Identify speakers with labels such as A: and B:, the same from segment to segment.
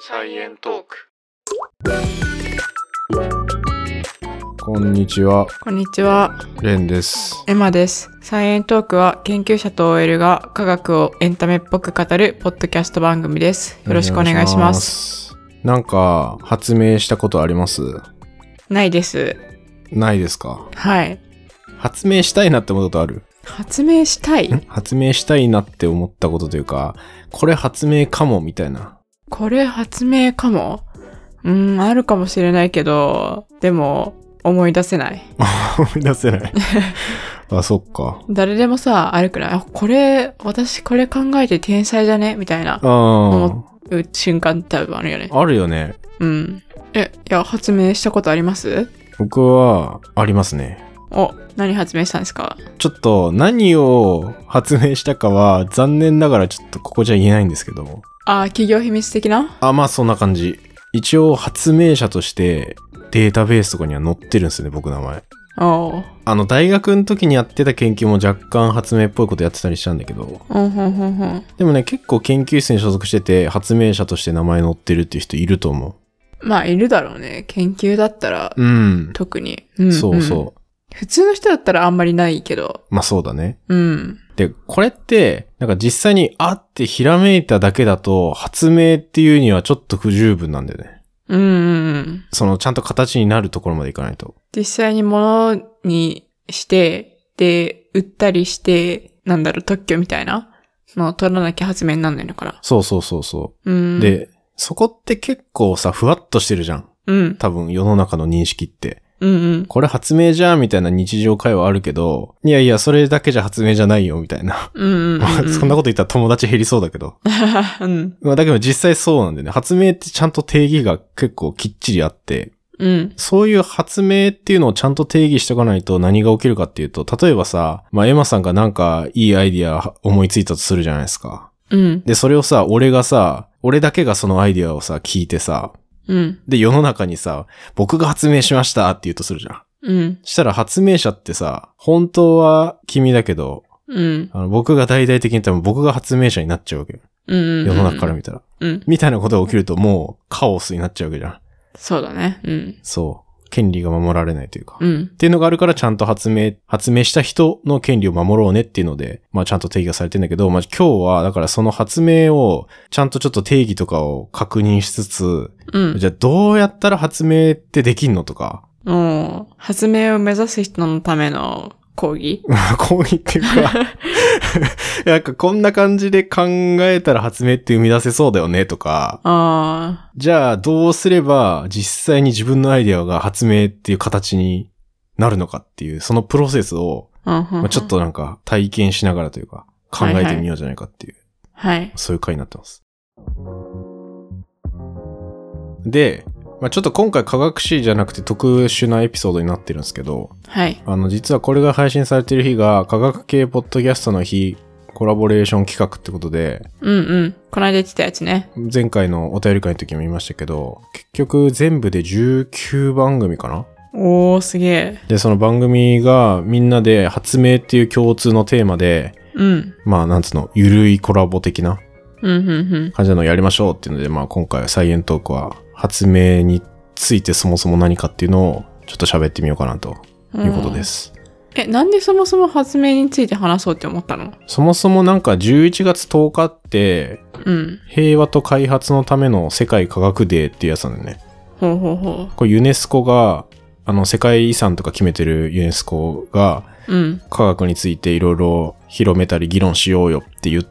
A: サイエントーク。
B: こんにちは、
A: こんにちは、
B: レンです。
A: エマです。サイエントークは研究者と OL が科学をエンタメっぽく語るポッドキャスト番組です。よろしくお願い
B: お
A: します。
B: 願いします。なんか、発明したことあります
A: ないです。
B: ないですか
A: はい。
B: 発明したいなって思ったことある
A: 発明したい
B: ん発明したいなって思ったことというか、これ発明かもみたいな。
A: これ発明かもうーん、あるかもしれないけど、でも思い出せない。
B: 思い出せない。 あ、そっか。
A: 誰でもさ、あるくないあ、これ、私これ考えて天才じゃねみたいな
B: あー
A: う瞬間って多分あるよね。
B: あるよね。
A: うん。え、いや、発明したことあります
B: 僕は、ありますね。
A: お、何発明したんですか
B: ちょっと、何を発明したかは、残念ながらちょっとここじゃ言えないんですけど。
A: あー、企業秘密的な
B: あ、まあそんな感じ。一応発明者としてデータベースとかには載ってるんですよね、僕の名前。
A: おう。
B: あの、大学の時にやってた研究も若干発明っぽいことやってたりしたんだけど、
A: うん、ほんほんほん。
B: でもね、結構研究室に所属してて、発明者として名前載ってるっていう人いると思
A: まあ、いるだろうね。研究だったら、
B: う。うん。
A: 特に。うん、
B: そう
A: うん。
B: そう。
A: 普通の人だったらあんまりないけど。
B: まあそうだね。
A: うん。
B: で、これって、なんか実際にあってひらめいただけだと、発明っていうにはちょっと不十分なんだよね。
A: うん、うんうん。
B: その、ちゃんと形になるところまでいかないと。
A: 実際に物にして、で、売ったりして、なんだろう、特許みたいなのを取らなきゃ発明になんないのかな。
B: そうそうそうそ
A: うん。
B: う。、で、そこって結構さ、ふわっとしてるじゃん。
A: うん。
B: 多分世の中の認識って。
A: うんうん。
B: これ発明じゃんみたいな日常会話あるけど、いやいや、それだけじゃ発明じゃないよみたいな。
A: うんうんうん、
B: まあ そんなこと言ったら友達減りそうだけど。
A: と。 うん。
B: まあだけど実際そうなんでね、発明ってちゃんと定義が結構きっちりあって、
A: うん。
B: そういう発明っていうのをちゃんと定義しておかないと何が起きるかっていうと、例えばさ、まあエマさんがなんかいいアイディア思いついたとするじゃないですか。
A: うん。
B: で、それをさ、俺がさ、俺だけがそのアイディアをさ、聞いてさ、
A: うん。
B: で、世の中にさ、僕が発明しましたって言うとするじゃん。
A: うん。
B: したら発明者ってさ、本当は君だけど、
A: うん。
B: あの僕が大々的に多分僕が発明者になっちゃうわけよ。
A: うん。
B: 世の中から見たら。
A: うん。
B: みたいなことが起きるともうカオスになっちゃうわけじゃん。
A: そうだね。うん。
B: そう。権利が守られないというか。
A: う
B: っ
A: ん。
B: ていうのがあるからちゃんと発明、発明した人の権利を守ろうねっていうので、まあちゃんと定義がされてんだけど、まあ今日はだからその発明をちゃんとちょっと定義とかを確認しつつ、
A: うん。
B: じゃあどうやったら発明ってできんのとか、
A: もう、発明を目指す人のための講義
B: 講義っていうか いや、なんかこんな感じで考えたら発明って生み出せそうだよねとか、
A: ああ、
B: じゃあどうすれば実際に自分のアイデアが発明っていう形になるのかっていう、そのプロセスを、
A: うんうんう
B: ま
A: ん
B: あ、ちょっ。となんか体験しながらというか、考えてみようじゃないかっていう、
A: はい。
B: そういう回になってます。で、まあ、ちょっと今回科学誌じゃなくて特殊なエピソードになってるんですけど、
A: はい。
B: あの、実はこれが配信されてる日が、科学系ポッドキャストの日、コラボレーション企画ってことで、
A: うんうん。この間言ってたやつね。
B: 前回のお便り会の時も言いましたけど、結局全部で19番組かな
A: おー、すげえ。
B: で、その番組がみんなで発明っていう共通のテーマで、
A: うん。
B: まあ、なんつうの、ゆるいコラボ的な
A: うん、うん、うん。
B: 感じなのをやりましょうっていうので、まあ、今回はサイエントークは発明についてそもそも何かっていうのをちょっと喋ってみようかなということです。
A: え、なんでそもそも発明について話そうって思ったの
B: そもそもなんか11月10日って、
A: うん。
B: 平和と開発のための世界科学デーっていうやつなんだよね。
A: ほうほうほ
B: これユネスコが、あの世界遺産とか決めてるユネスコが
A: う。うん。
B: 科学についていろいろ広めたり議論しようよって言っ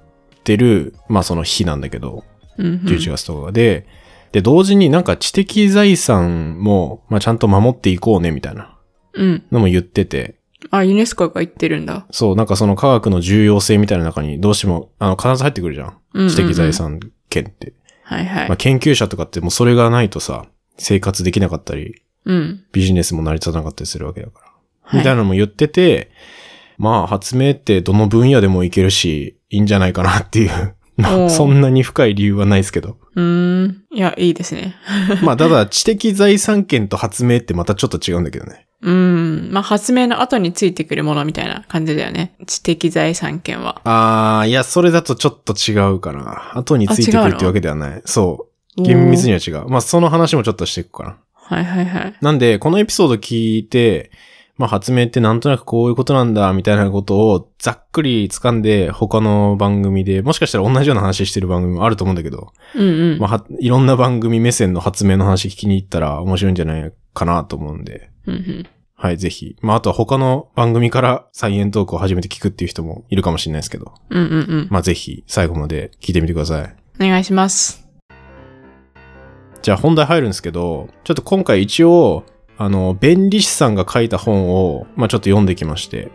B: てる、まあその日なんだけど、
A: うん、うん。
B: 11月とかで、で、同時になんか知的財産も、まあちゃんと守っていこうねみたいな
A: うん。
B: のも言ってて、
A: あ、ユネスコが言ってるんだ。
B: そう、なんかその科学の重要性みたいな中にどうしても、あの必ず入ってくるじゃん。
A: うんうんうん
B: 知的財産権って。
A: はいはい。
B: まあ、研究者とかってもうそれがないとさ、生活できなかったり、
A: うん。
B: ビジネスも成り立たなかったりするわけだから。
A: はい
B: みたいなのも言ってて、まあ発明ってどの分野でもいけるし、いいんじゃないかなっていう。ま
A: おう
B: あ、 そんなに深い理由はないですけど。
A: うーん。いや、いいですね。
B: まあ、ただ知的財産権と発明ってまたちょっと違うんだけどね。
A: うん。まあ、発明の後についてくるものみたいな感じだよね。知的財産権は。
B: あー、いや、それだとちょっと違うかな。後についてくるってわけではない。そう。厳密
A: に。
B: には違う。まあ、その話もちょっとしていくかな。
A: はいはいはい。
B: なんで、このエピソード聞いて、まあ、発明ってなんとなくこういうことなんだ、みたいなことをざっくり掴んで、他の番組で、もしかしたら同じような話してる番組もあると思うんだけど、
A: うんうん。
B: まあ、はいろんな番組目線の発明の話聞きに行ったら面白いんじゃないかなと思うんで、
A: うんうん
B: はい、ぜひ。まあ、あとは他の番組から再演トークを初めて聞くっていう人もいるかもしれないですけど、
A: うんうんうん。
B: まあ、ぜひ最後まで聞いてみてください。
A: お願いします。
B: じゃあ本題入るんですけど、ちょっと今回一応、あの、弁理士さんが書いた本を、まあ、ちょっと読んできまして、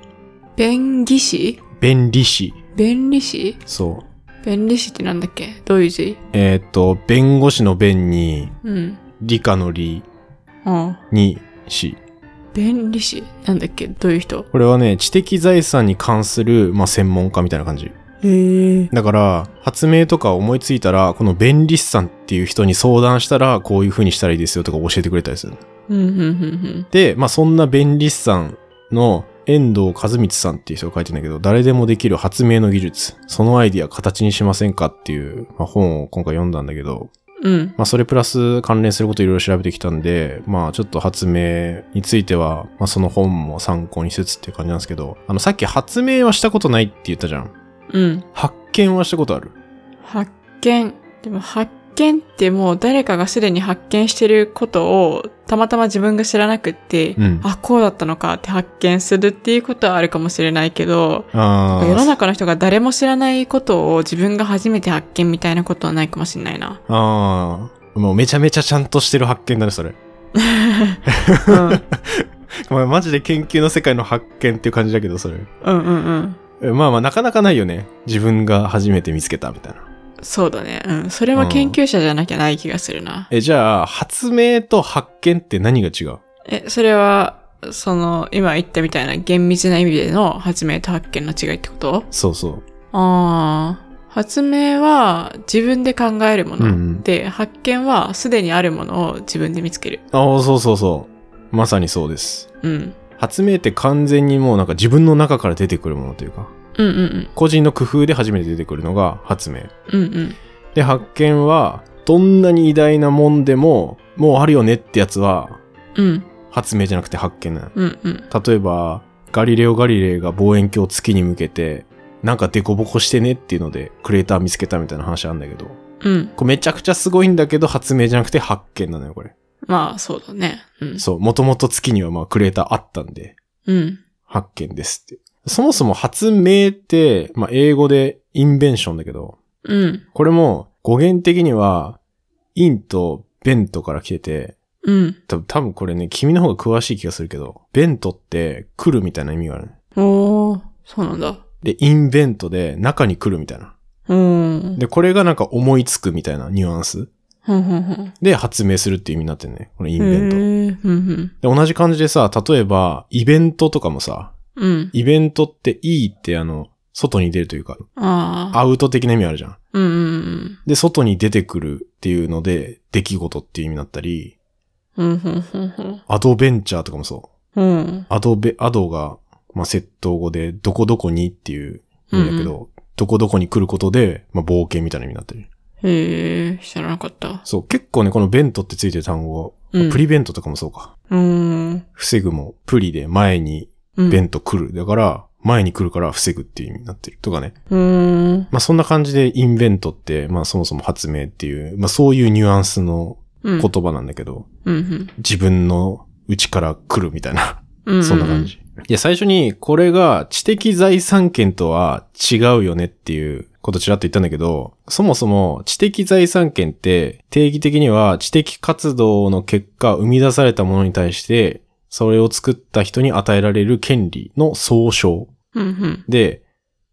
A: 弁義士
B: 弁理士。
A: 弁理士
B: そう。
A: 弁理士ってなんだっけどういう字
B: えーっと、弁護士の弁に、
A: うん。
B: 理科の理
A: ああ。
B: に士。
A: 弁理士なんだっけどういう人
B: これはね、知的財産に関する、まあ、専門家みたいな感じ。
A: へえ。
B: だから、発明とか思いついたら、この弁理士さんっていう人に相談したら、こういう風にしたらいいですよとか教えてくれたりする。
A: うんうんうん
B: で、まあ、そんな弁理士さんの遠藤和光さんっていう人が書いてんだけど、誰でもできる発明の技術、そのアイディア形にしませんかっていう、まあ、本を今回読んだんだけど、
A: うん。うん。
B: まあ、それプラス関連することいろいろ調べてきたんで、まあ、ちょっと発明については、まあ、その本も参考にしつつっていう感じなんですけど、あの、さっき発明はしたことないって言ったじゃん。
A: うん。
B: 発見はしたことある。
A: 発見。でも発見ってもう誰かがすでに発見してることをたまたま自分が知らなくって、
B: うん
A: あ、こうだったのかって発見するっていうことはあるかもしれないけど、
B: あ
A: 世の
B: ー
A: 中の人が誰も知らないことを自分が初めて発見みたいなことはないかもしれない な。
B: あー、もうめちゃめちゃちゃんとしてる発見だね、それ。
A: うん、
B: まあ、マジで研究の世界の発見っていう感じだけど、それ。
A: うんうんうん。
B: えまあまあ、なかなかないよね。自分が初めて見つけたみたいな。
A: そうだね。うん。それは研究者じゃなきゃない気がするな。
B: え、じゃあ、発明と発見って何が違う
A: え、それは、その、今言ったみたいな厳密な意味での発明と発見の違いってこと
B: そうそう。
A: ああ。発明は自分で考えるもの。
B: うんうん
A: で、発見はすでにあるものを自分で見つける。
B: ああ、そうそうそう。まさにそうです。
A: うん。
B: 発明って完全にもうなんか自分の中から出てくるものというか、
A: うんうん
B: 個人の工夫で初めて出てくるのが発明。
A: うん。うんうん。
B: で、発見は、どんなに偉大なもんでも、もうあるよねってやつは、
A: うん
B: 発明じゃなくて発見なの。
A: うんうん。
B: 例えば、ガリレオ・ガリレイが望遠鏡を月に向けて、なんかデコボコしてねっていうので、クレーター見つけたみたいな話あるんだけど、
A: うん。
B: これめちゃくちゃすごいんだけど、発明じゃなくて発見なのよ、これ。
A: まあ、そうだね。うん。
B: そう、もともと月にはまあクレーターあったんで、
A: うん。
B: 発見ですって。そもそも発明って、まあ英語でインベンションだけど、
A: うん。
B: これも語源的には、インとベントから来てて、
A: うん。
B: 多分多分これね、君の方が詳しい気がするけど、ベントって来るみたいな意味があるね。
A: おー、そうなんだ。
B: で、インベントで中に来るみたいな。
A: うーん。
B: で、これがなんか思いつくみたいなニュアンス。
A: ふんふんふん。
B: で、発明するっていう意味になってるね。このイン
A: イ
B: ベント。で、
A: ント。うんふん。
B: 同じ感じでさ、例えば、イベントとかもさ、
A: うん。
B: イベントっていいってあの、外に出るというか、
A: ああ。
B: アウト的な意味あるじゃん。
A: うんうん
B: で、外に出てくるっていうので、出来事っていう意味になったり、
A: うん。うんふんふんふん。
B: アドベンチャーとかもそう。
A: うん。
B: アドベ、アドが、まあ、窃盗語で、どこどこにっていう意味だけど、どこどこに来ることで、まあ、冒険みたいな意味になってる。
A: へえ、知らなかった。
B: そう、結構ね、このベントってついてる単語、
A: うん
B: プリベントとかもそうか。
A: うーん。
B: 防ぐも、プリで前に、
A: うん
B: ベント来る。だから、前に来るから防ぐっていう意味になってる。とかね。
A: うーん。
B: まあそんな感じで、インベントって、まあそもそも発明っていう、まあそういうニュアンスの
A: うん。
B: 言葉なんだけど、
A: うんうん。
B: 自分の内から来るみたいな、
A: うん。
B: そんな感。じ。いや、最初に、これが知的財産権とは違うよねっていうことちらっと言ったんだけど、そもそも知的財産権って定義的には知的活動の結果生み出されたものに対して、それを作った人に与えられる権利の総称。
A: うんうん。
B: で、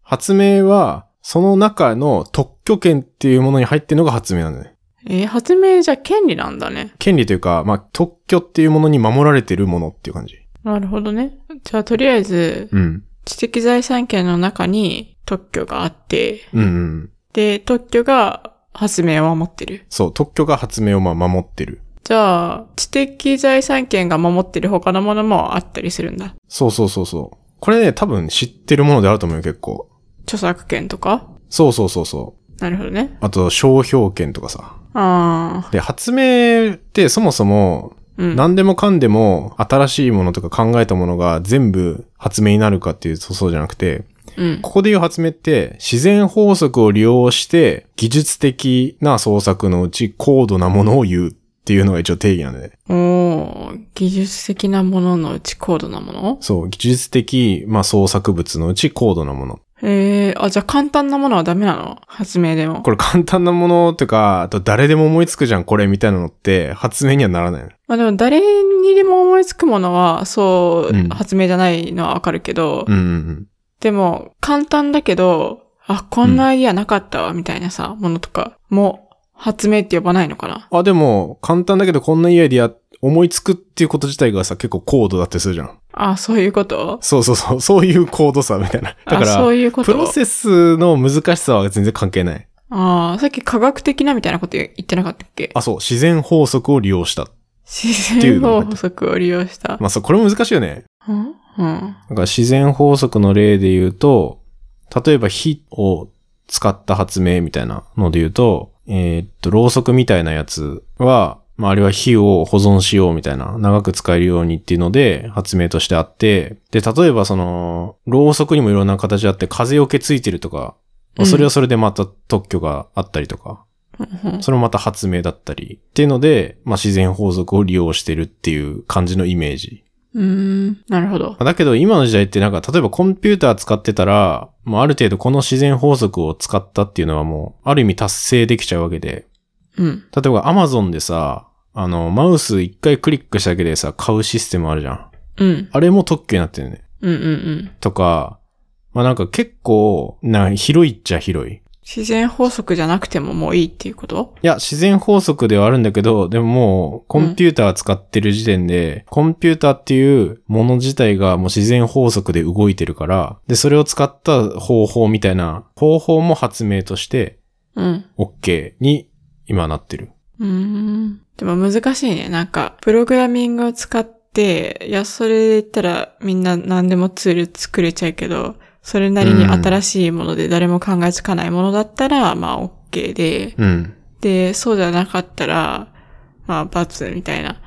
B: 発明は、その中の特許権っていうものに入ってるのが発明なんだね。
A: えー、発明じゃ権利なんだね。
B: 権利というか、まあ、特許っていうものに守られてるものっていう感じ。
A: なるほどね。じゃあ、とりあえず、
B: うん。
A: 知的財産権の中に特許があって、
B: うんうん。
A: で、特許が発明を守ってる。
B: そう、特許が発明をまあ守ってる。
A: じゃあ、知的財産権が守ってる他のものもあったりするんだ。
B: そうそうそうそう。これね、多分知ってるものであると思うよ、結構。
A: 著作権とか
B: そうそうそうそう。
A: なるほどね。
B: あと、商標権とかさ。
A: ああ。
B: で、発明ってそもそも、
A: うん。
B: 何でもかんでも新しいものとか考えたものが全部発明になるかっていうとそうじゃなくて、
A: うん。
B: ここで言う発明って自然法則を利用して技術的な創作のうち高度なものを言うっていうのが一応定義なんで、ね、
A: おー、技術的なもののうち高度なもの
B: そう、技術的、まあ、創作物のうち高度なもの。
A: えー、あ、じゃあ簡単なものはダメなの発明でも。
B: これ簡単なものとか、あと誰でも思いつくじゃん、これみたいなのって発明にはならないの。
A: まあでも誰にでも思いつくものは、そう、
B: うん
A: 発明じゃないのはわかるけど、
B: うんうんうん。
A: でも簡単だけど、あ、こんなアイディアなかったわ、みたいなさ、ものとかも発明って呼ばないのかな
B: あ、でも、簡単だけどこんないいアイディア、思いつくっていうこと自体がさ、結構高度だってするじゃん。
A: あ、そういうこと
B: そうそうそう、そういう高度さみたいな。だか
A: あ、そ
B: ら、
A: ういうこと
B: プロセスの難しさは全然関係ない。
A: ああ、さっき科学的なみたいなこと言ってなかったっけ
B: あ、そう、自然法則を利用した。
A: 自
B: っていう
A: 然
B: のが入って
A: 法則を利用した。
B: まあそう、これも難しいよね。
A: うんうん。
B: だから自然法則の例で言うと、例えば火を使った発明みたいなので言うと、えーっと、ろうそくみたいなやつは、まあ、あれは火を保存しようみたいな、長く使えるようにっていうので、発明としてあって、で、例えばその、ろうそくにもいろんな形あって、風よけついてるとか、まあそれはそれでまた特許があったりとか、
A: うん
B: それもまた発明だったり、っていうので、まあ、自然法則を利用してるっていう感じのイメージ。
A: うーん、なるほど。
B: だけど今の時代ってなんか、例えばコンピューター使ってたら、もうある程度この自然法則を使ったっていうのはもう、ある意味達成できちゃうわけで、
A: うん。
B: 例えば Amazon でさ、あの、マウス一回クリックしただけでさ、買うシステムあるじゃん。
A: うん。
B: あれも特許になってるね。
A: うんうんうん。
B: とか、まあなんか結構、なんか広いっちゃ広い。
A: 自然法則じゃなくてももういいっていうこと
B: いや、自然法則ではあるんだけど、でももう、コンピューター使ってる時点で、コンピューターっていうもの自体がもう自然法則で動いてるから、で、それを使った方法みたいな、方法も発明として、
A: うん。
B: OK に今なってる。
A: うーん。でも難しいね。なんか、プログラミングを使って、いや、それで言ったらみんな何でもツール作れちゃうけど、それなりに新しいもので誰も考えつかないものだったら、まあ OK で、
B: うん。
A: で、そうじゃなかったら、まあ、罰みたいな。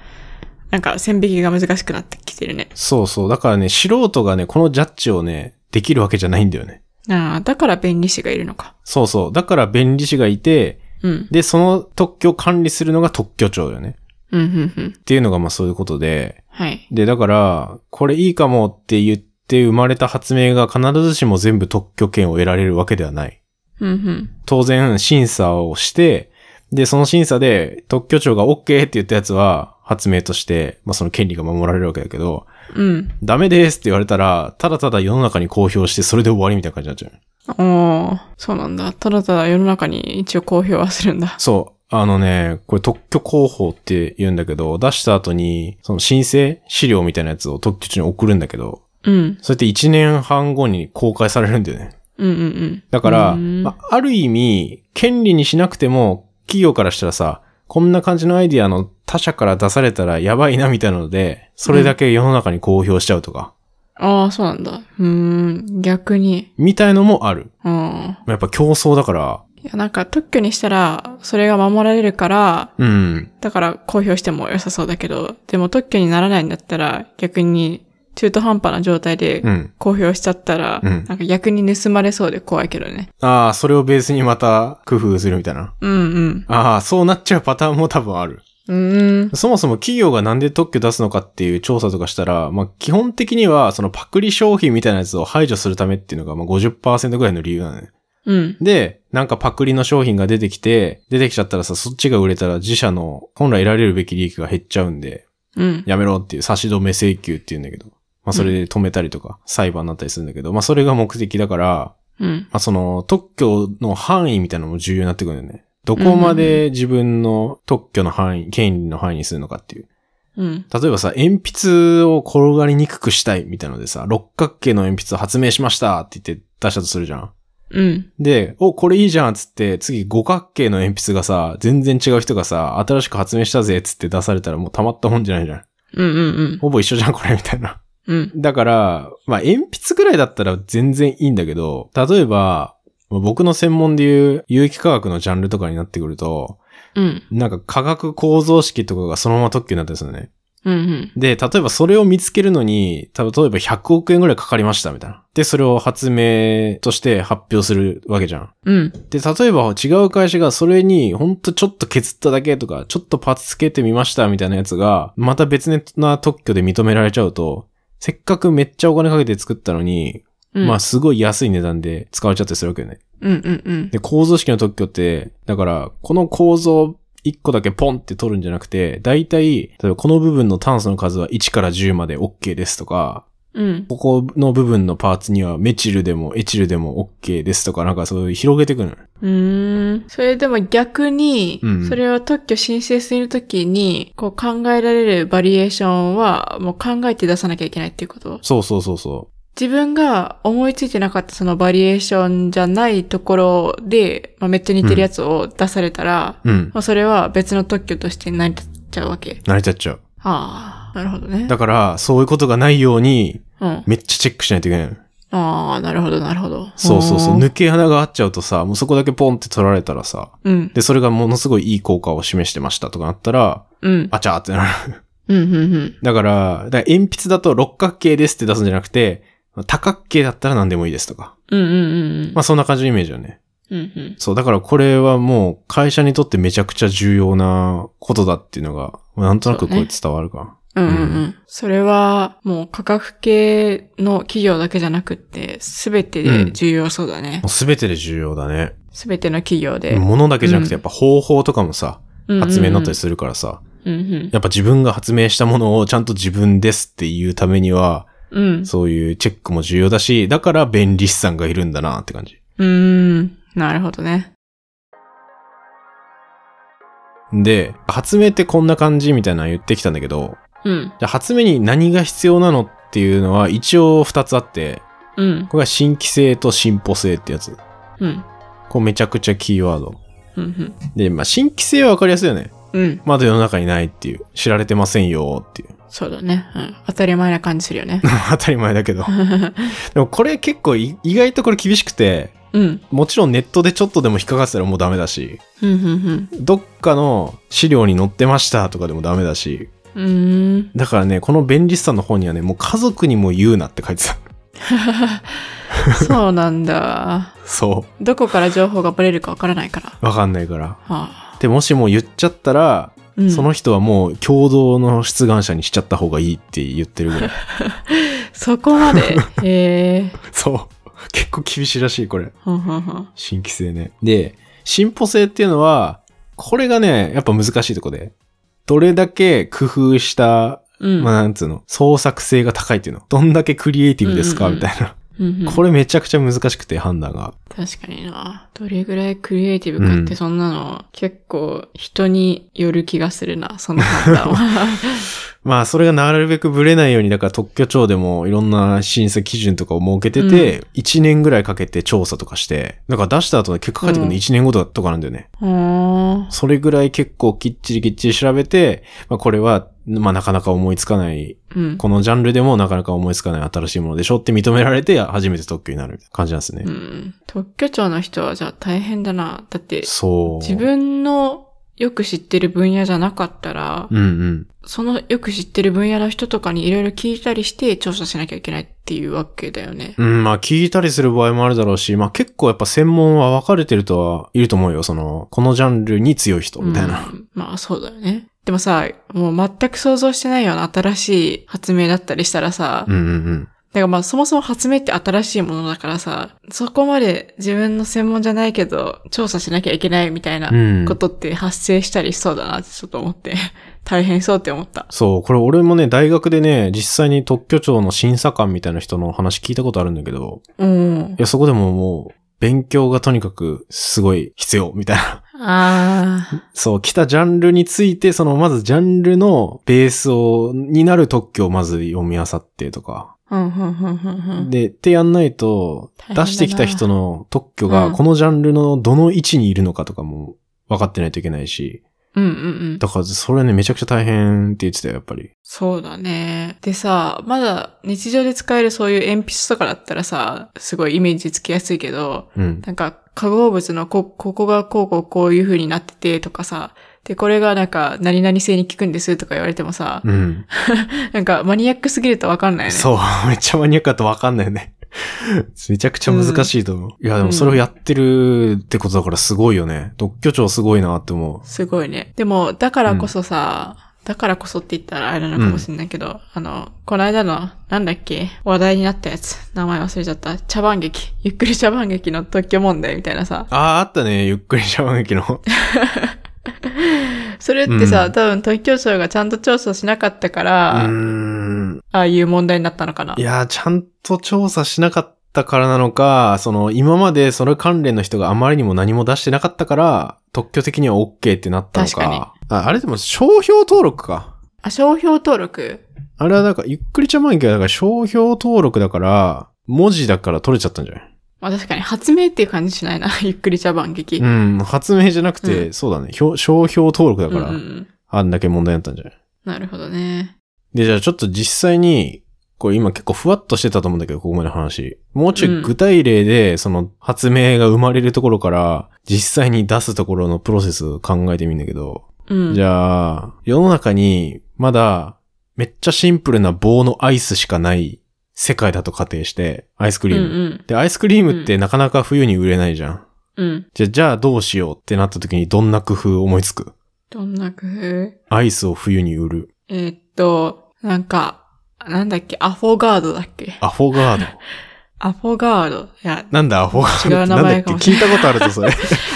A: なんか、線引きが難しくなってきてるね。
B: そうそう。だからね、素人がね、このジャッジをね、できるわけじゃないんだよね。
A: ああ、だから弁理士がいるのか。
B: そうそう。だから弁理士がいて、
A: うん。
B: で、その特許を管理するのが特許庁よね。
A: うん、うん、うん。
B: っていうのがまあそういうことで、
A: はい。
B: で、だから、これいいかもって言って生まれた発明が必ずしも全部特許権を得られるわけではない。
A: うん、うん。
B: 当然、審査をして、で、その審査で特許庁が OK って言ったやつは発明として、まあ、その権利が守られるわけだけど、
A: うん。
B: ダメですって言われたら、ただただ世の中に公表してそれで終わりみたいな感じになっちゃう。
A: おー、そうなんだ。ただただ世の中に一応公表はするんだ。
B: そう。あのね、これ特許広報って言うんだけど、出した後に、その申請資料みたいなやつを特許庁に送るんだけど、
A: うん。
B: それって1年半後に公開されるんだよね。
A: うん、うん、うん。
B: だから、
A: うん
B: まあある意味、権利にしなくても、企業からしたらさ、こんな感じのアイディアの他社から出されたらやばいなみたいなので、それだけ世の中に公表しちゃうとか、
A: ああ、そうなんだ。うーん、逆に。
B: みたいのもある。
A: うん。
B: やっぱ競争だから、
A: いや、なんか特許にしたら、それが守られるから、
B: うん。
A: だから公表しても良さそうだけど、でも特許にならないんだったら、逆に中途半端な状態で
B: うん。
A: 公表しちゃったら、
B: うん
A: なんか逆に盗まれそうで怖いけどね。
B: ああ、それをベースにまた工夫するみたいな。
A: うんうん。
B: ああ、そうなっちゃうパターンも多分ある。
A: うーん。
B: そもそも企業がなんで特許出すのかっていう調査とかしたら、まあ基本的にはそのパクリ商品みたいなやつを排除するためっていうのがまあ50%ぐらいの理由なのね。
A: うん。
B: で、なんかパクリの商品が出てきて、出てきちゃったらさ、そっちが売れたら自社の本来得られるべき利益が減っちゃうんで、
A: うん。
B: やめろっていう差し止め請求っていうんだけど、まあそれで止めたりとか、裁判になったりするんだけど、まあそれが目的だから、
A: うん。
B: まあその特許の範囲みたいなのも重要になってくるんだよね。どこまで自分の特許の範囲、権利の範囲にするのかっていう。
A: うん。
B: 例えばさ、鉛筆を転がりにくくしたいみたいなのでさ、六角形の鉛筆を発明しましたって言って出したとするじゃん。
A: うん。
B: で、お、これいいじゃんっつって、次五角形の鉛筆がさ、全然違う人がさ、新しく発明したぜっつって出されたらもうたまったもんじゃないじゃん。
A: うんうん
B: ほぼ一緒じゃん、これ、みたいな。
A: うん。うん。
B: だから、まあ、鉛筆ぐらいだったら全然いいんだけど、例えば、まあ僕の専門でいう有機化学のジャンルとかになってくると、
A: うん。
B: なんか化学構造式とかがそのまま特許になったんですよね。
A: うんうん。
B: で、例えばそれを見つけるのに、た例えば100億円ぐらいかかりましたみたいな。で、それを発明として発表するわけじゃん。
A: うん。
B: で、例えば違う会社がそれにほんとちょっと削っただけとか、ちょっとパーツつけてみましたみたいなやつが、また別な特許で認められちゃうと、せっかくめっちゃお金かけて作ったのに、
A: うん。
B: まあすごい安い値段で使われちゃったりするわけよね。
A: うんうんうん。
B: で、構造式の特許って、だから、この構造1個だけポンって取るんじゃなくて、だいたい、例えばこの部分の炭素の数は1から10まで OK ですとか、
A: うん。
B: ここの部分のパーツにはメチルでもエチルでも OK ですとか、なんかそういう広げてくるの。
A: うーん。それでも逆に
B: うん、
A: それを特許申請するときに、こう考えられるバリエーションは、もう考えて出さなきゃいけないっていうこと
B: そうそうそうそ
A: 自分が思いついてなかったそのバリエーションじゃないところで、まあ、めっちゃ似てるやつを出されたら、
B: う。うん。
A: まあ、それは別の特許として成り立っちゃうわけ。
B: 慣れちゃっちゃう。
A: ああ、なるほどね。
B: だから、そういうことがないように、
A: うん。
B: めっちゃチェックしないといけないの。
A: ああ、なるほど、なるほど。
B: そうそうそう。
A: ん
B: 抜け穴があっちゃうとさ、もうそこだけポンって取られたらさ、
A: うん。
B: で、それがものすごいいい効果を示してましたとかなったら、
A: うん。
B: あちゃーってなる。
A: うん、うん、うん。
B: だから、だから鉛筆だと六角形ですって出すんじゃなくて、多角形だったら何でもいいですとか。
A: うん、うん、うん。
B: まあそんな感じのイメージよね。
A: うん、うん。
B: そう、だからこれはもう会社にとってめちゃくちゃ重要なことだっていうのが、まあなんとなくこ
A: そ
B: う
A: うね
B: 伝わるか。
A: うんうんう。
B: うん
A: それは、もう価格系の企業だけじゃなくって、すべてで重要そうだね
B: もう。すべてで重要だね。
A: すべての企業で。
B: 物だけじゃなくて
A: う
B: やっぱ方法とかもさ、発明になったり
A: す
B: するからさ、
A: る。うん
B: やっぱ自分が発明したものをちゃんと自分ですっていうためには、
A: うん。うん。
B: そういうチェックも重要だし、だから便利資産がいるんだなって感じ。
A: うーん。なるほどね。
B: で、発明ってこんな感じみたいなの言ってきたんだけど、
A: うん。
B: じゃあ発明に何が必要なのっていうのは一応二つあって、
A: うん。
B: これが新規性と進歩性ってやつ。
A: うん。
B: これめちゃくちゃキーワード。
A: うん。
B: で、まあ新規性はわかりやすいよね。
A: うん。
B: まだ世の中にないっていう。知られてませんよっていう。
A: そうだね。うん。当たり前な感じするよね。
B: 当たり前だけ ど。でもこれ結構い意外とこれ厳しくて、
A: うん。
B: もちろんネットでちょっとでも引っかかってたらもうダメだし、
A: うん。うん。
B: どっかの資料に載ってましたとかでもダメだし、
A: うん。うーん。
B: だからね、この便利さの本にはね、もう家族にも言うなって書いてた。
A: そうなんだ。
B: そ
A: どこから情報がバレるかわからないから。は
B: う。わかんないから。
A: あ。
B: で、もしも言っちゃったら、
A: うん
B: その人はもう共同の出願者にしちゃった方がいいって言ってるぐら い。
A: そこ まで。へえ。
B: そう。結構厳しいらしい、これ。
A: ほんほんほん。
B: 新規性ね。で、進歩性っていうのは、これがね、やっぱ難しいとこで。どれだけ工夫した、
A: うん。
B: まあなんつうの、創作性が高いっていうの。どんだけクリエイティブですか、
A: うんうん
B: み
A: うん
B: たいな。
A: うんうん
B: これめちゃくちゃ難しくて、判断が。
A: 確かにな。どれぐらいクリエイティブか
B: う
A: っ
B: ん
A: てそんなの、結構人による気がするな、その判断 は。
B: まあ、それがなるべくブレないように、だから特許庁でもいろんな審査基準とかを設けてて、1年ぐらいかけて調査とかして、だから出した後の結果返ってくるの
A: うん
B: 1年後とかなんだよね。
A: うーん
B: それぐらい結構きっちりきっちり調べて、まあこれは、まあなかなか思いつかない、
A: うん。
B: このジャンルでもなかなか思いつかない新しいものでしょって認められて、初めて特許になるみたいな感じなんですね。
A: うん。特許庁の人はじゃあ大変だな。だって、
B: そう。
A: 自分のよく知ってる分野じゃなかったら、
B: うんうん。
A: そのよく知ってる分野の人とかにいろいろ聞いたりして調査しなきゃいけないっていうわけだよね。
B: うん、まあ聞いたりする場合もあるだろうし、まあ結構やっぱ専門は分かれてるとはいると思うよ。その、このジャンルに強い人みたいな。
A: うんまあそうだよね。でもさ、もう全く想像してないような新しい発明だったりしたらさ、
B: うんうんうん。
A: だからまあそもそも発明って新しいものだからさ、そこまで自分の専門じゃないけど調査しなきゃいけないみたいな
B: うん
A: ことって発生したりしそうだなってちょっと思って、 大変そうって思った。
B: そう、これ俺もね、大学でね、実際に特許庁の審査官みたいな人の話聞いたことあるんだけど、
A: うん
B: い。や、そこでももう、勉強がとにかくすごい必要、みたいな。
A: あ
B: そう、来たジャンルについて、その、まずジャンルのベースを、になる特許をまず読み漁ってとか。
A: あ。うん、うん、うん、うん、
B: で、ってやんないと、
A: 大変だ
B: 出
A: な
B: してきた人の特許
A: う
B: が、
A: ん
B: このジャンルのどの位置にいるのかとかも、分かってないといけないし、
A: うんうんうん。
B: だから、それね、めちゃくちゃ大変って言ってたよ、やっぱり。
A: そうだね。でさ、まだ日常で使えるそういう鉛筆とかだったらさ、すごいイメージつきやすいけど、
B: うん。
A: なんか化合物のこ、ここがこうこうこういう風になっててとかさ、で、これがなんか何々性に効くんですとか言われてもさ、
B: うん。
A: なんかマニアックすぎるとわかんないよね。
B: そう、 めっちゃマニアックだとわかんないよね。めちゃくちゃ難しいと思う。いや、でもそれをやってるってことだからすごいよね。独居長すごいなって思
A: すごいね。でも、だからこそさ、だからこそって言ったらあれなのかもしれないけど、あの、この間の、なんだっけ、話題になったやつ、名前忘れちゃった。茶番劇。ゆっくり茶番劇の特許問題みたいなさ
B: う。。ああ、あったね。ゆっくり茶番劇の。
A: それってさ、
B: うん
A: 多分特許庁がちゃんと調査しなかったか
B: う
A: ら、
B: ーん。
A: ああいう問題になったのかな。
B: いやー、ちゃんと調査しなかったからなのか、その、今までそれ関連の人があまりにも何も出してなかったから、特許的には OK ってなったのか。
A: 確か
B: ああれでも、商標登録か。
A: あ、商標登録
B: あれはなんか、ゆっくり茶番劇はだから商標登録だから、文字だから取れちゃったんじゃない
A: まあ確かに発明っていう感じしないな。 ゆっくり茶番劇。
B: うん、発明じゃなくて、
A: う
B: そうだね、ひょ商標登録だから、
A: うんうん
B: あんだけ問題になったんじゃない
A: なるほどね。
B: で、じゃあちょっと実際に、これ今結構ふわっとしてたと思うんだけど、ここまでの話。もうちょい具体例で、その発明が生まれるところから、実際に出すところのプロセスを考えてみるんだけど、
A: うん。
B: じゃあ、世の中にまだめっちゃシンプルな棒のアイスしかない世界だと仮定して、アイスク
A: うん
B: リ
A: う
B: ーム。
A: ん。
B: で、アイスクリームってなかなか冬に売れないじゃん。
A: うん。
B: じゃあ、じゃあどうしようってなった時にどんな工夫思いつく
A: どんな工夫
B: アイスを冬に売る。
A: えーっと、なんか、なんだっけ、アフォガードだっけ
B: アフォガード。
A: アフォガード。いや、
B: なんだアフォガード
A: 違
B: っ
A: う
B: て
A: 名
B: なんだ
A: 前
B: っけ
A: かもし
B: 聞いたことあるぞ、それ。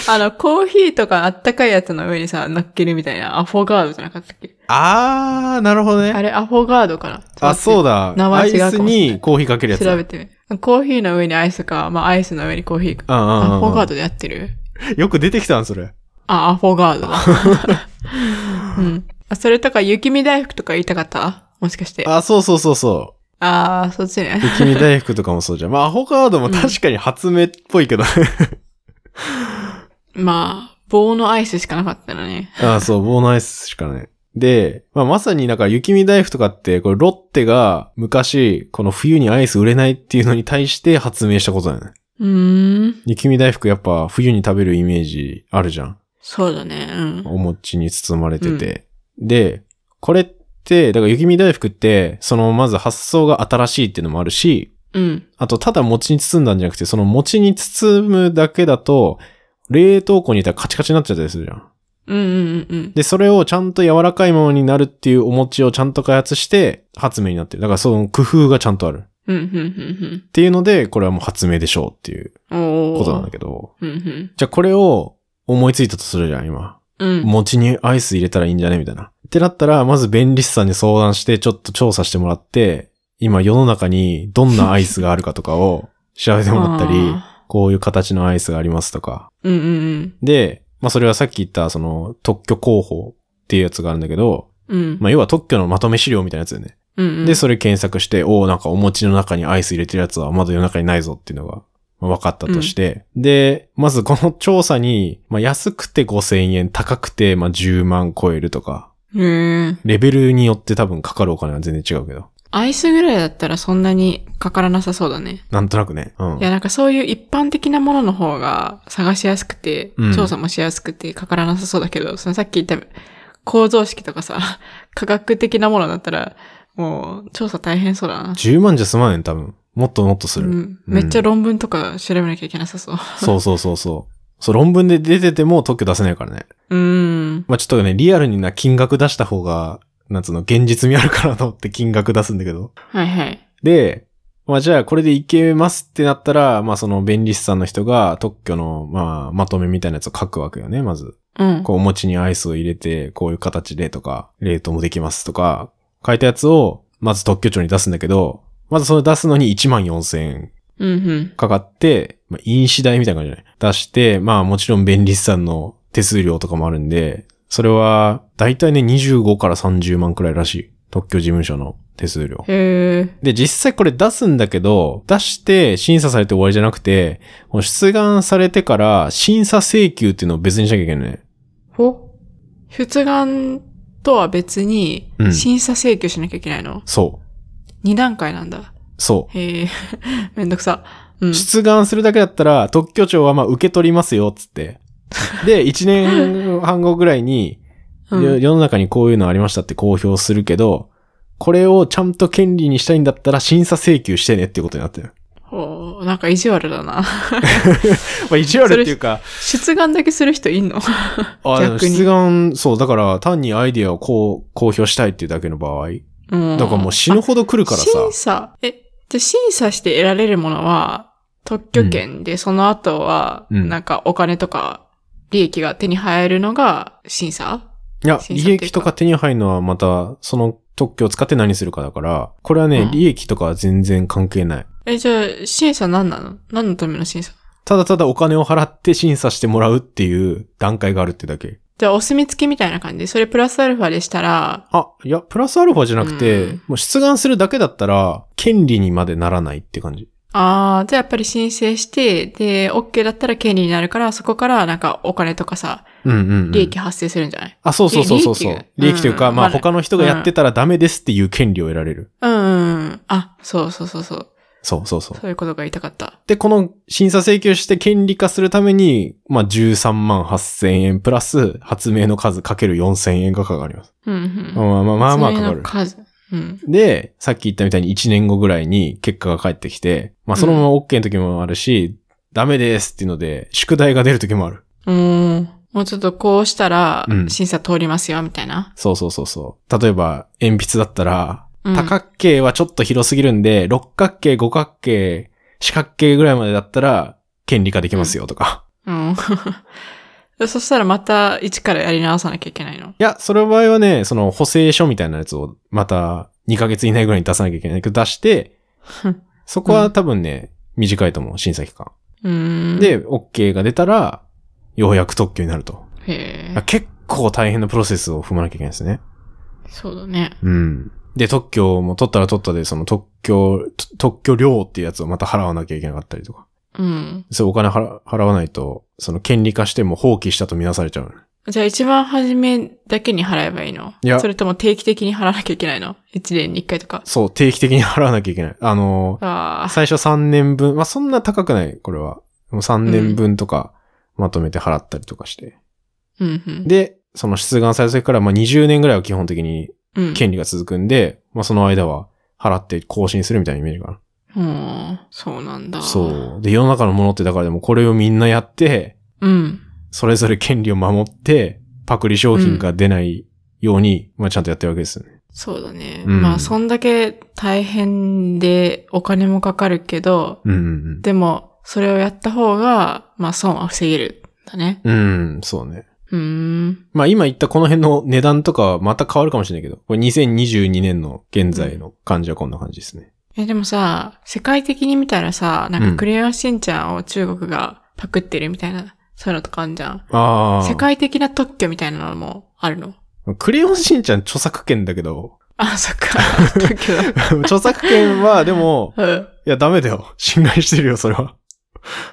A: あの、コーヒーとかあったかいやつの上にさ、乗っけるみたいな、アフォガードじゃなかったっけ
B: あー、なるほど
A: あ
B: ね。
A: れ、アフォガードかな
B: あ、そう
A: だ。
B: だ。
A: 名
B: ア
A: 前違
B: イ
A: うかも
B: スにコーヒーかけるやつだ。
A: 調べてみる。コーヒーの上にアイスか、まあ、アイスの上にコーヒーか。
B: うんうんうんうん
A: アフォガードでやってる
B: よく出てきたん、それ。
A: あ、アフォガー ドだ。うん。あ、それとか、雪見大福とか言いたかったもしかして。あ
B: あ、そうそうそうそ
A: あー、そっちね
B: う。。雪見大福とかもそうじゃん。まあ、アフォガードも確かに発明っぽいけどね。
A: まあ、棒のアイスしかなかったらね。
B: あ、そう、棒のアイスしかない。で、まあ、まさになんか雪見大福とかって、これロッテが昔、この冬にアイス売れないっていうのに対して発明したことだよね。
A: うーん。
B: 雪見大福やっぱ冬に食べるイメージあるじゃん。
A: そうだね。うん。
B: お餅に包まれてて。で、これって、だから雪見大福って、そのまず発想が新しいっていうのもあるし、
A: うん。
B: あとただ餅に包んだんじゃなくて、その餅に包むだけだと、冷凍庫にいたらカチカチになっちゃったりするじゃん。
A: うんうんうんうん。
B: で、それをちゃんと柔らかいものになるっていうお餅をちゃんと開発して発明になってる。だからその工夫がちゃんとある。っ
A: うんうん
B: ていうので、これはもう発明でしょうっていう
A: うんうん。おー
B: ことなんだけど。
A: うんうん。
B: じゃあこれを思いついたとするじゃん、今。
A: うん。
B: 餅にアイス入れたらいいんじゃねみたいな。ってなったら、まず便利士さんに相談して、ちょっと調査してもらって、今世の中にどんなアイスがあるかとかを調べてもらったり、
A: あ
B: こういう形のアイスがありますとか。
A: ーうんうん
B: で、まあそれはさっき言った、その特許広報っていうやつがあるんだけど、
A: うん。うん。
B: まあ要は特許のまとめ資料みたいなやつだよね。
A: うんうん、
B: で、それ検索して、おおなんかお餅の中にアイス入れてるやつはまだ世の中にないぞっていうのがまあ分かったとして、で、まずこの調査に、まあ、安くて5000円、高くて、まあ、10万超えるとか、
A: へー
B: レベルによって多分かかるお金は全然違うけど、
A: アイスぐらいだったらそんなにかからなさそうだね。
B: なんとなくね。うん
A: い。や、なんかそういう一般的なものの方が探しやすくて
B: うん、
A: 調査もしやすくてかからなさそうだけど、そのさっき言った構造式とかさ、 科学的なものだったら、もう調査大変そうだな。
B: 10万じゃ済まないの多分。もっともっとす
A: う
B: る。
A: ん、めっちゃ論文とか調べなきゃいけなさそう。
B: そうそうそうそう。そう、論文で出てても特許出せないからね。
A: うん。
B: まあ、ちょっとね、リアルにな金額出した方が、なんつうの、現実味あるかなと思って金額出すんだけど。
A: はいはい。
B: で、まあじゃあこれでいけますってなったら、まあその弁理士さんの人が特許の、まあまとめみたいなやつを書くわけよね、まず。
A: うん。
B: こうお餅にアイスを入れて、こういう形でとか、冷凍もできますとか、書いたやつを、まず特許庁に出すんだけど、まずそれ出すのに1万4000円
A: うんうん。
B: かかって、まあ、印紙代みたいな感じじゃない出して、まあもちろん便利士さんの手数料とかもあるんで、それは、だいたいね25から30万くらいらしい。特許事務所の手数料。
A: へえ。
B: で、実際これ出すんだけど、出して審査されて終わりじゃなくて、もう出願されてから審査請求っていうのを別にしなきゃいけないね。
A: ほ出願とは別に
B: う、ん
A: 審査請求しなきゃいけないの、
B: そう。
A: 二 ?2 段階なんだ。
B: そ
A: へえ、 めんどくさ。うん
B: う。。出願するだけだったら、特許庁はまあ受け取りますよ、つって。 で、1年半後ぐらいに、
A: うん
B: よ世の中にこういうのありましたって公表するけど、これをちゃんと権利にしたいんだったら審査請求してねっていうことになってる。
A: ほう、なんか意地悪だな。
B: まあ意地悪っていうか、
A: 出願だけする人いんの
B: あ
A: 逆に
B: 出願、そう、だから単にアイディアをこう、公表したいっていうだけの場合。
A: うん。
B: だからもう死ぬほど来るからさ。
A: 審査、え、じゃあ審査して得られるものは、特許権で、その後は、
B: うん
A: なんかお金とか、利益が手に入るのが審査
B: いや、
A: 審査って
B: 利
A: いうか
B: 益とか手に入るのはまた、その特許を使って何するかだから、これはね、
A: うん
B: 利益とかは全然関係ない。
A: え、じゃあ、審査何なの何のための審査
B: ただただお金を払って審査してもらうっていう段階があるってだけ。
A: じゃあ、お墨付きみたいな感じそれプラスアルファでしたら、
B: あ、いや、プラスアルファじゃなくて、
A: うん
B: もう出願するだけだったら、権利にまでならないって感じ。
A: あー、じゃあやっぱり申請して、で、OK だったら権利になるから、そこからなんかお金とかさ、
B: うんうん、うん。
A: 利益発生するんじゃない、
B: あ、そうそうそうそうそう
A: 利益
B: 利益というか、
A: うん
B: まあ
A: まだ
B: 他の人がやってたらダメですっていう権利を得られる。
A: うん、うんうん。あ、そうそうそうそう。
B: そうそうそう。
A: そういうことが言いたかった。
B: で、この審査請求して権利化するために、まあ13万8000円プラス発明の数かける4000円がかかります。
A: うん、うん。
B: まあまあまあまあかか
A: 爪
B: る
A: の。数。うん。
B: で、さっき言ったみたいに1年後ぐらいに結果が返ってきて、まあそのまま OK の時もあるし、ダメですっていうので、宿題が出る時もある。
A: うーん。もうちょっとこうしたら
B: う、ん
A: 審査通りますよ、みたいな。
B: そうそうそうそう。例えば、鉛筆だったら、
A: うん、
B: 多角形はちょっと広すぎるんで、六角形、五角形、四角形ぐらいまでだったら、権利化できますよとか。
A: うん。 そしたらまた一からやり直さなきゃいけないの。
B: いや、その場合はね、その補正書みたいなやつをまた2ヶ月以内ぐらいに出さなきゃいけないけど、出 して、そこは多分ね、短いと思う、審査期間。
A: うーん。、
B: で、OK が出たら、ようやく特許になると。
A: へ
B: あ
A: え。
B: 結構大変なプロセスを踏まなきゃいけないですね。
A: そうだね。
B: うん。で、特許も取ったら取ったで、その特許、と特許料っていうやつをまた払わなきゃいけなかったりとか。
A: うん。
B: そう、お金払払わないと、その権利化しても放棄したとみなされちゃう。
A: じゃあ一番初めだけに払えばいいの
B: いや
A: それとも定期的に払わなきゃいけないの一年に一回とか。
B: そう、定期的に払わなきゃいけない。あのー
A: ああ。
B: 最初3年分、まあ、そんな高くない、これは。もう3年分とか、まとめて払ったりとかして。
A: うんうん。
B: で、その出願された時から、まあ、20年ぐらいは基本的に
A: うん。
B: 権利が続くんで、まあ、その間は払って更新するみたいなイメージか
A: うん。そうなんだ。
B: な。そう。で、世の中のものってだからでもこれをみんなやって、
A: う。うん。
B: それぞれ権利を守って、パクリ商品が出ないように、まあ、ちゃんとやってるわけですよね。
A: そうだね。
B: うん
A: まあ、そんだけ大変でお金もかかるけど、
B: うんうん
A: でも、それをやった方が、まあ、損は防げるんだね。
B: うん。うん、そうね。
A: うーん。
B: まあ今言ったこの辺の値段とかはまた変わるかもしれないけど、これ2022年の現在の感じはこんな感じですね。
A: え、でもさ、世界的に見たらさ、なん
B: う
A: か
B: ん
A: クレヨンしんちゃんを中国がパクってるみたいな、そういうのとかあるじゃん。
B: ああ。
A: 世界的な特許みたいなのもあるの。
B: クレヨンしんちゃん著作権だけど、
A: あ、そっか。特許だ。
B: 著作権はでも、
A: うん。
B: いやダメだよ。侵害してるよ、それは。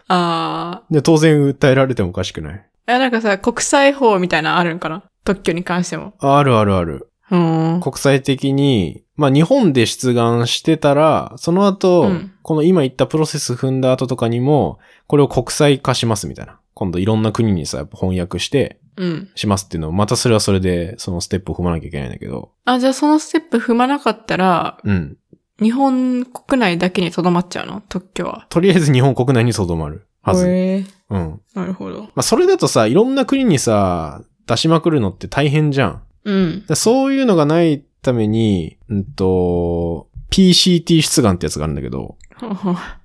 A: あ
B: で当然訴えられてもおかしくない。
A: ー。え、なんかさ、国際法みたいなのあるんかな特許に関しても。
B: あるあるある。
A: うーん。
B: 国際的に、まあ日本で出願してたら、その後、
A: うん
B: この今言ったプロセス踏んだ後とかにも、これを国際化しますみたいな。今度いろんな国にさ、やっぱ翻訳して、
A: うん。
B: しますっていうのを、またそれはそれで、そのステップを踏まなきゃいけないんだけど。
A: あ、じゃあそのステップ踏まなかったら、
B: うん。
A: 日本国内だけに留まっちゃうの特許は。
B: とりあえず日本国内にとどまるはず。
A: へえ
B: うん。ま
A: なるほど。
B: あ、それだとさ、いろんな国にさ、出しまくるのって大変じゃん。
A: うん。
B: でそういうのがないために、うんと、PCT 出願ってやつがあるんだけど、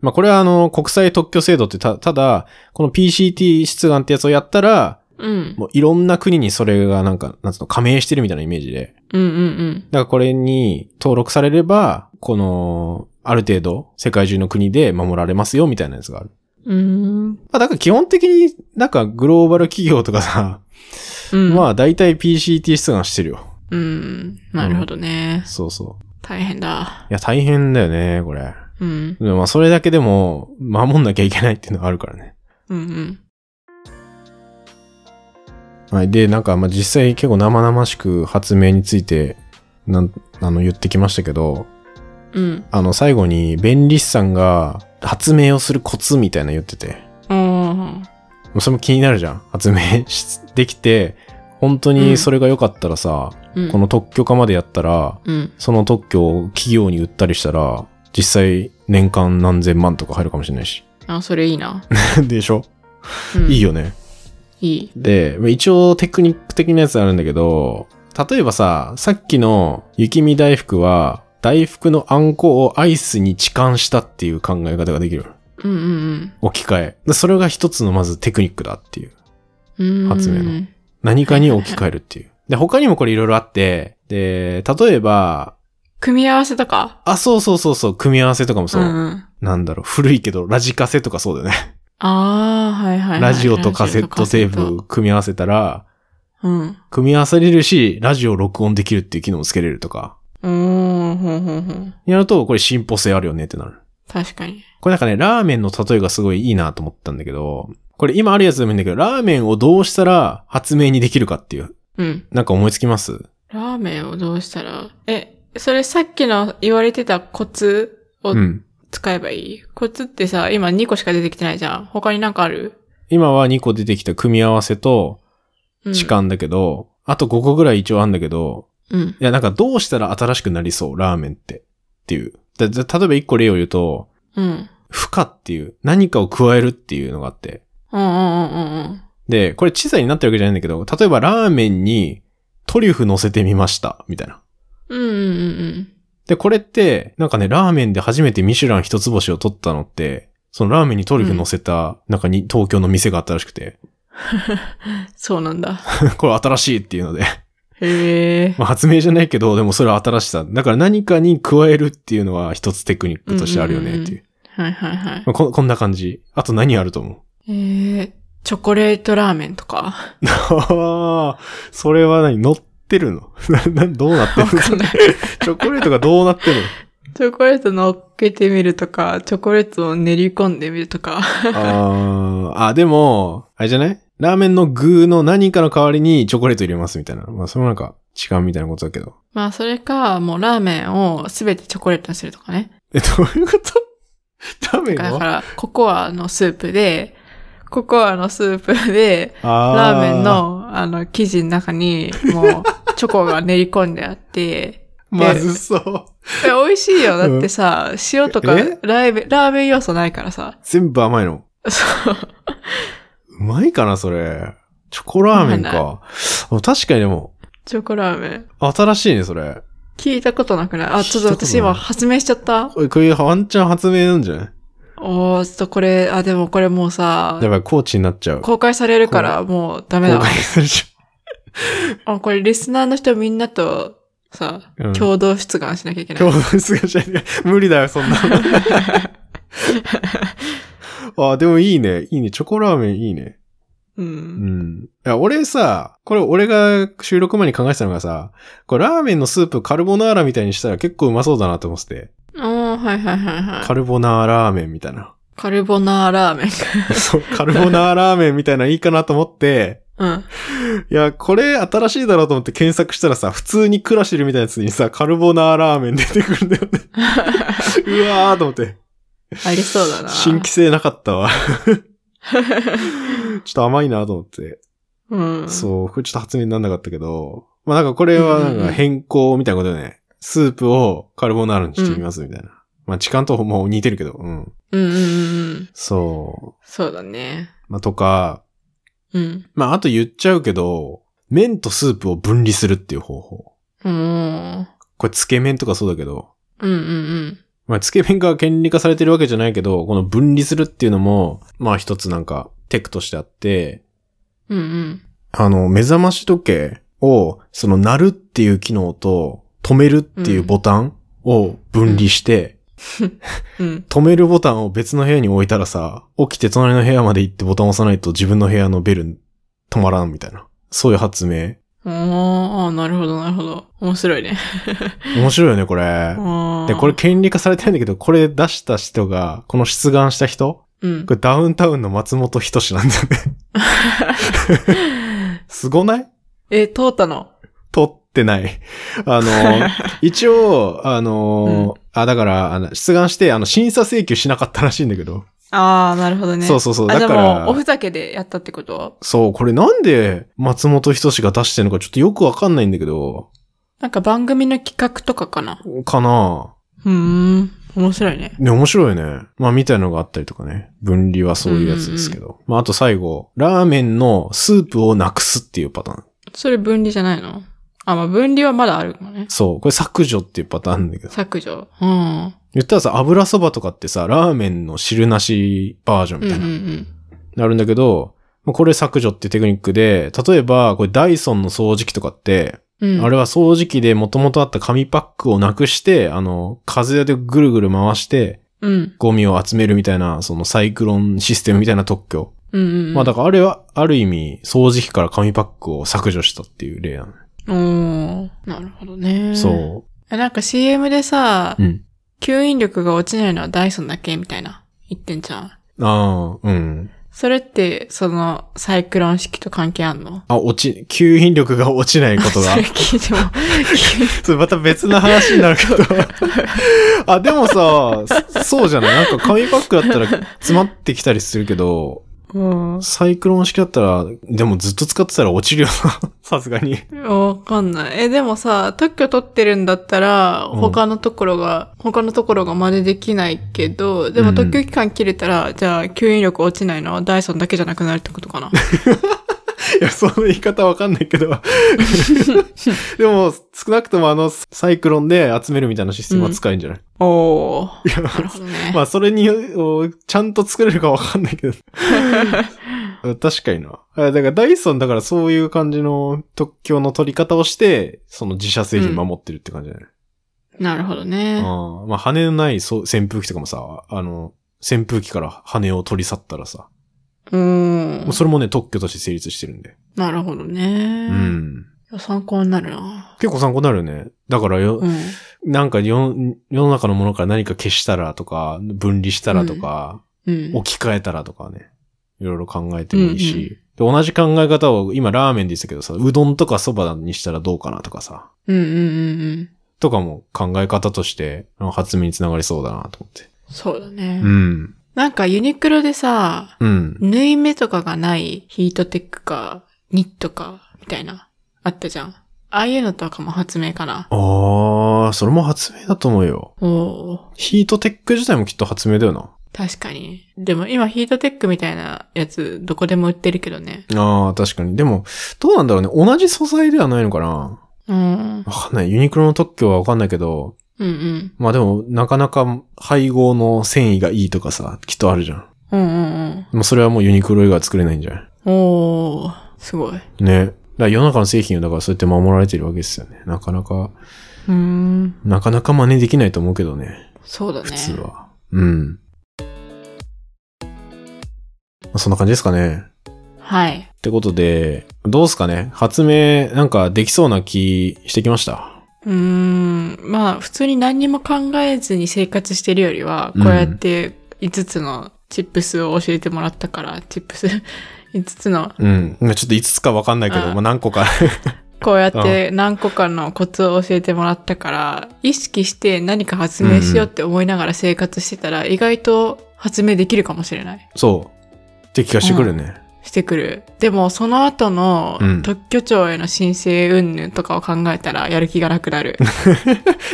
B: まあこれはあの、国際特許制度ってた、ただ、この PCT 出願ってやつをやったら、
A: うん。
B: もういろんな国にそれがなんか、なんつうの、加盟してるみたいなイメージで、
A: うんうん
B: だからこれに登録されれば、この、ある程度、世界中の国で守られますよ、みたいなやつがある。
A: うん。う
B: まあ、だから基本的になんかグローバル企業とかさ、
A: ーん。
B: ま
A: あ。
B: あ大体 PCT 出願してるよ。
A: うん。なるほどね。
B: そうそう。
A: 大変だ。
B: いや、大変だよね、これ。
A: うん。
B: でもまあそれだけでも、守んなきゃいけないっていうのがあるからね。
A: うんうん。
B: はい。で、なんか、まあ、実際結構生々しく発明について、なん、あの、言ってきましたけど、
A: うん。
B: あの、最後に、弁理士さんが発明をするコツみたいなの言ってて、
A: うん。
B: もうそれも気になるじゃん。発明しできて、本当にそれが良かったらさ、
A: うん。
B: この特許化までやったら、
A: うん。
B: その特許を企業に売ったりしたら、実際年間何千万とか入るかもしれないし。
A: あ、それいいな。
B: でしょ、
A: うん
B: いい。よね。
A: いい。
B: で、まあ一応テクニック的なやつあるんだけど、例えばさ、さっきの雪見大福は、大福のあんこをアイスに置換したっていう考え方ができる。
A: うんうん
B: 置き換え。でそれが一つのまずテクニックだっていう。
A: うん。うん
B: 発明の。何かに置き換えるっていう。で、他にもこれいろいろあって、で、例えば、
A: 組み合わせとか
B: あ、そうそうそうそう、組み合わせとかもそう。
A: んん。
B: なんだろう、古いけど、ラジカセとかそうだよね。
A: ああ、はいはいはい。
B: ラジオとカセットテー
A: ラジオと
B: プ
A: カセ
B: 組み合わせたら、
A: ット。うん。
B: 組み合わせれるし、ラジオ録音できるっていう機能もつけれるとか。
A: うーん、ほんほんほん。
B: やると、これ進歩性あるよねってなる。
A: 確かに。
B: これなんかね、ラーメンの例えがすごいいいなと思ったんだけど、これ今あるやつでもいいんだけど、ラーメンをどうしたら発明にできるかっていう。
A: うん。
B: なんか思いつきます
A: ラーメンをどうしたら、え、それさっきの言われてたコツを
B: うん。
A: 使えばいい、コツってさ、今2個しか出てきてないじゃん。他になんかある
B: 今は2個出てきた組み合わせと、
A: うん。
B: 時。間だけど、あと5個ぐらい一応あんだけど、
A: うん。
B: いや、なんかどうしたら新しくなりそう、ラーメンって。っていう。だじゃ例えば1個例を言うと、
A: うん。
B: 負荷っていう、何かを加えるっていうのがあって。
A: うんうんうんうんうん。
B: で、これ知財になってるわけじゃないんだけど、例えばラーメンにトリュフ乗せてみました、みたいな。
A: うんうんうん
B: で、これって、なんかね、ラーメンで初めてミシュラン一つ星を取ったのって、そのラーメンにトリュフ乗せた、なんかに、東京の店があったらしくて、
A: うん。そうなんだ。
B: これ新しいっていうので、
A: へえ。
B: まあ発明じゃないけど、でもそれは新しさ。だから何かに加えるっていうのは一つテクニックとしてあるよねっていう。
A: はいはいはい
B: ま。あここんな感じ。あと何あると思う
A: えー、チョコレートラーメンとか。
B: ああ、それは何乗ってるの ななどうなって
A: わ
B: るの
A: かんない。
B: チョコレートがどうなってる
A: チョコレート乗っけてみるとか、チョコレートを練り込んでみるとか。
B: のあーあ、でも、あれじゃないラーメンの具の何かの代わりにチョコレート入れますみたいな。まあ、それもなんか違うみたいなことだけど。
A: まあ、それか、もうラーメンをすべてチョコレートにするとかね。
B: え、どういうこと ラーメン
A: だか
B: は
A: ら、ココアのスープで、ココアのスープで、
B: あ
A: ラー
B: ー
A: メン、の、あの、生地の中に、もう、 チョコが練り込んであって、
B: まずそう。
A: え美味しいよ。だってさ、塩とかラ
B: え
A: ーメン、ラーメン要素ないからさ。
B: 全部甘いの。
A: そう。
B: うまいかな、それ。チョコラーメンか。あ確かにでも、
A: チョコラーメン。
B: 新しいね、それ。
A: 聞いたことなくないあ、ちょっ
B: 聞いた
A: と私
B: ことな
A: 今
B: い
A: 発明しちゃった
B: これ、これワンチャン発明なんじゃない
A: おー、ちょっとこれ、あ、でもこれもうさ、
B: やばい、コーチになっちゃう。
A: 公開されるからもうダメだ
B: 公。開するし
A: あ、これリスナーの人みんなとさ、
B: うん
A: 共同出願しなきゃいけない
B: 共。同出願しないで無理だよ、そ んなの。あ、でもいいね。いいね。チョコラーメンいいね。
A: う。
B: うんん。いや、俺さ、これ俺が収録前に考えてたのがさ、これラーメンのスープカルボナーラみたいにしたら結構うまそうだなと思ってて。
A: おー、はいはいはいはい。
B: カルボナーラーメンみたいな。
A: カルボナーラーメ ン。
B: そう、カルボナーラーメンみたいなのいいかなと思って、
A: うん。
B: いや、これ新しいだろうと思って検索したらさ、普通に暮らしてるみたいなやつにさ、カルボナーラーメン出てくるんだよね。 うわーと思って。
A: ありそうだな。
B: 新規性なかったわ。ちょっと甘いなと思って。
A: うん。
B: そう、これちょっと発明になんなかったけど、まあなんかこれはなんか変更みたいなことでね、スープをカルボナーラにしてみますみたいな。まあ時間ともう似てるけど、うん。
A: うんうんうんうん。
B: そ
A: そうだね。
B: う。まあとか、
A: うん。
B: まああと言っちゃうけど、麺とスープを分離するっていう方法。
A: おー。
B: これつけ麺とかそうだけど、
A: うんうん
B: まあ、つけ麺が権利化されてるわけじゃないけど、この分離するっていうのも、まあ一つなんかテクとしてあって、
A: うん。うんうん。
B: あの、目覚まし時計を、その、鳴るっていう機能と、止めるっていうボタンを分離して、
A: うん。
B: 止めるボタンを別の部屋に置いたらさ、起きて隣の部屋まで行ってボタンを押さないと自分の部屋のベル止まらんみたいな。そういう発明。
A: おー、あなるほどなるほど。面白いね。
B: 面白いよね、これ。
A: あー
B: で、これ、権利化されてないんだけど、これ出した人が、この出願した人
A: うん
B: こ。れダウンタウンの松本人志なんだよね。 すごない
A: え、通ったの
B: 取ってない。あ の、一応、あの、あ、だから、あの出願して、あの、審査請求しなかったらしいんだけど。
A: ああ、なるほどね。
B: そうそうそう。
A: あ、
B: だ
A: じゃ
B: か
A: あもう、お
B: ら、
A: ふざけでやったってこと
B: そう、これなんで松本人志が出してるのかちょっとよくわかんないんだけど、
A: なんか番組の企画とかかな
B: かな
A: うーん。面白いね。
B: ね、面白いよね。まあ、みたいのがあったりとかね。分離はそういうやつですけど。まあ、あと最後、ラーメンのスープをなくすっていうパターン。
A: それ分離じゃないのあ、まあ分離はまだあるもんね。
B: そう、これ削除っていうパターンだけど。
A: 削除。うん。
B: 言ったらさ、油そばとかってさ、ラーメンの汁なしバージョン
A: う
B: み
A: んう
B: たい
A: んう
B: な、
A: ん。
B: なるんだけど、まあこれ削除ってテクニックで、例えば、これダイソンの掃除機とかって、
A: うん、
B: あれは掃除機で元々あった紙パックをなくして、あの、風でぐるぐる回して、
A: うん。
B: ゴミを集めるみたいな、そのサイクロンシステムみたいな特許。
A: うんうんうん。
B: まあだからあれは、ある意味、掃除機から紙パックを削除したっていう例なの。
A: おーなるほどね。
B: そ
A: え。なんか CM でさ
B: う。、うん。
A: 吸引力が落ちないのはダイソンだけみたいな言ってんじゃん。
B: ああ、うん。
A: それって、その、サイクロン式と関係あんの
B: あ、落ち、吸引力が落ちないことが
A: それ。聞いても、
B: それまた別な話になるけど。 あ、でもさ、そそうじゃないなんか紙パックだったら詰まってきたりするけど、
A: うん。
B: サイクロン式だったら、でもずっと使ってたら落ちるよな。 さすがに。
A: わかんない。え、でもさ、特許取ってるんだったら、
B: うん
A: 他のところが、他のところが真似できないけど、で
B: う
A: も
B: ん
A: 特許期間切れたら、じゃあ、吸引力落ちないのはダイソンだけじゃなくなるってこ とかな。
B: いや、その言い方わかんないけど。でも、少なくともあの、サイクロンで集めるみたいなシステムは使えるんじゃない、
A: おー。
B: いや、
A: なるほどね。
B: まあ、それに、おちゃんと作れるかわかんない けど。確かにな。あだから、ダイソン、だからそういう感じの特許の取り方をして、その自社製品守ってるって感じだね。
A: なるほどね。
B: ああまあ、羽のないそう扇風機とかもさ、あの、扇風機から羽を取り去ったらさ、
A: うー。
B: もうんそれもね、特許として成立してるんで。
A: なるほど
B: う
A: ね。
B: ん。
A: いや参考になるな。
B: 結構参考になるよね。だからよ、
A: うん。
B: なんか世世の中のものから何か消したらとか、分離したらとか、
A: うん。
B: 置き換えたらとかね、いろいろ考えてもいい
A: うんうん
B: し、で同じ考え方を今ラーメンで言ってたけどさ、うどんとかそばにしたらどうかなとかさ、
A: うんうんうんうん。
B: とかも考え方としてあの発明につながりそうだなと思って。
A: そうだね。
B: うん。
A: なんかユニクロでさ、
B: うん。
A: 縫い目とかがないヒートテックか、ニットか、みたいな、あったじゃん。ああいうのとかも発明かな。
B: ああ、それも発明だと思うよ。
A: おお
B: ヒートテック自体もきっと発明だよな。
A: 確かに。でも今ヒートテックみたいなやつ、どこでも売ってるけどね。
B: ああ、確かに。でも、どうなんだろうね。同じ素材ではないのかな
A: うん。
B: わかんない。ユニクロの特許はわかんないけど、
A: うんうん。
B: まあでも、なかなか配合の繊維がいいとかさ、きっとあるじゃん。
A: うんうん
B: もうそれはもうユニクロ以外は作れないんじゃな
A: うん。おー、すごい。う
B: いね。だから世の中の製品をだからそうやって守られてるわけですよね。なかなか、
A: ーん。
B: なかなか真似できないと思うけどね。
A: そうだね。
B: 普通は。うん。まあそんな感じですかね。
A: はい。
B: ってことで、どうすかね発明なんかできそうな気してきました。
A: うーん。まあ、普通に何にも考えずに生活してるよりは、こうやって5つのチップスを教えてもらったから、チップス 5つの、
B: うん。まあちょっといつつかわかんないけど、
A: うん
B: まあ何個か。
A: こうやって何個かのコツを教えてもらったから、意識して何か発明しようって思いながら生活してたら、意外と発明できるかもしれない。
B: そう。って気がしてくるね。
A: してくる。でも、その後の
B: うん
A: 特許庁への申請云々とかを考えたら、やる気がなく なる。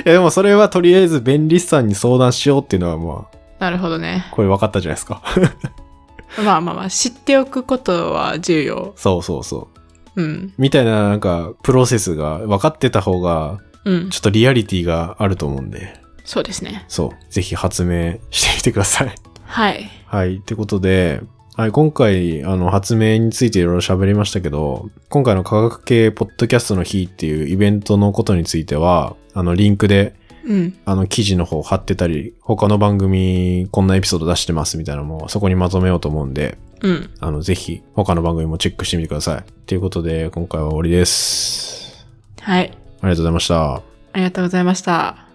B: いやでもそれはとりあえず便利士さんに相談しようっていうのはまあ、
A: なるほどね。
B: これ分かったじゃないですか。
A: まあまあまあ、知っておくことは重要。
B: そうそうそう。
A: うん。
B: みたいななんか、プロセスが分かってた方が、
A: うん
B: ちょ。っとリアリティがあると思うんで、
A: そうですね。
B: そう。ぜひ発明してみてください。
A: はい。
B: はい。ってことで、はい、今回、あの、発明についていろいろ喋りましたけど、今回の科学系ポッドキャストの日っていうイベントのことについては、あの、リンクで
A: うん。
B: あの記事の方貼ってたり、他の番組こんなエピソード出してますみたいなのもそこにまとめようと思うんで、
A: うん。
B: あの、ぜひ他の番組もチェックしてみてください。ということで、今回は終わりです。
A: はい。
B: ありがとうございました。
A: ありがとうございました。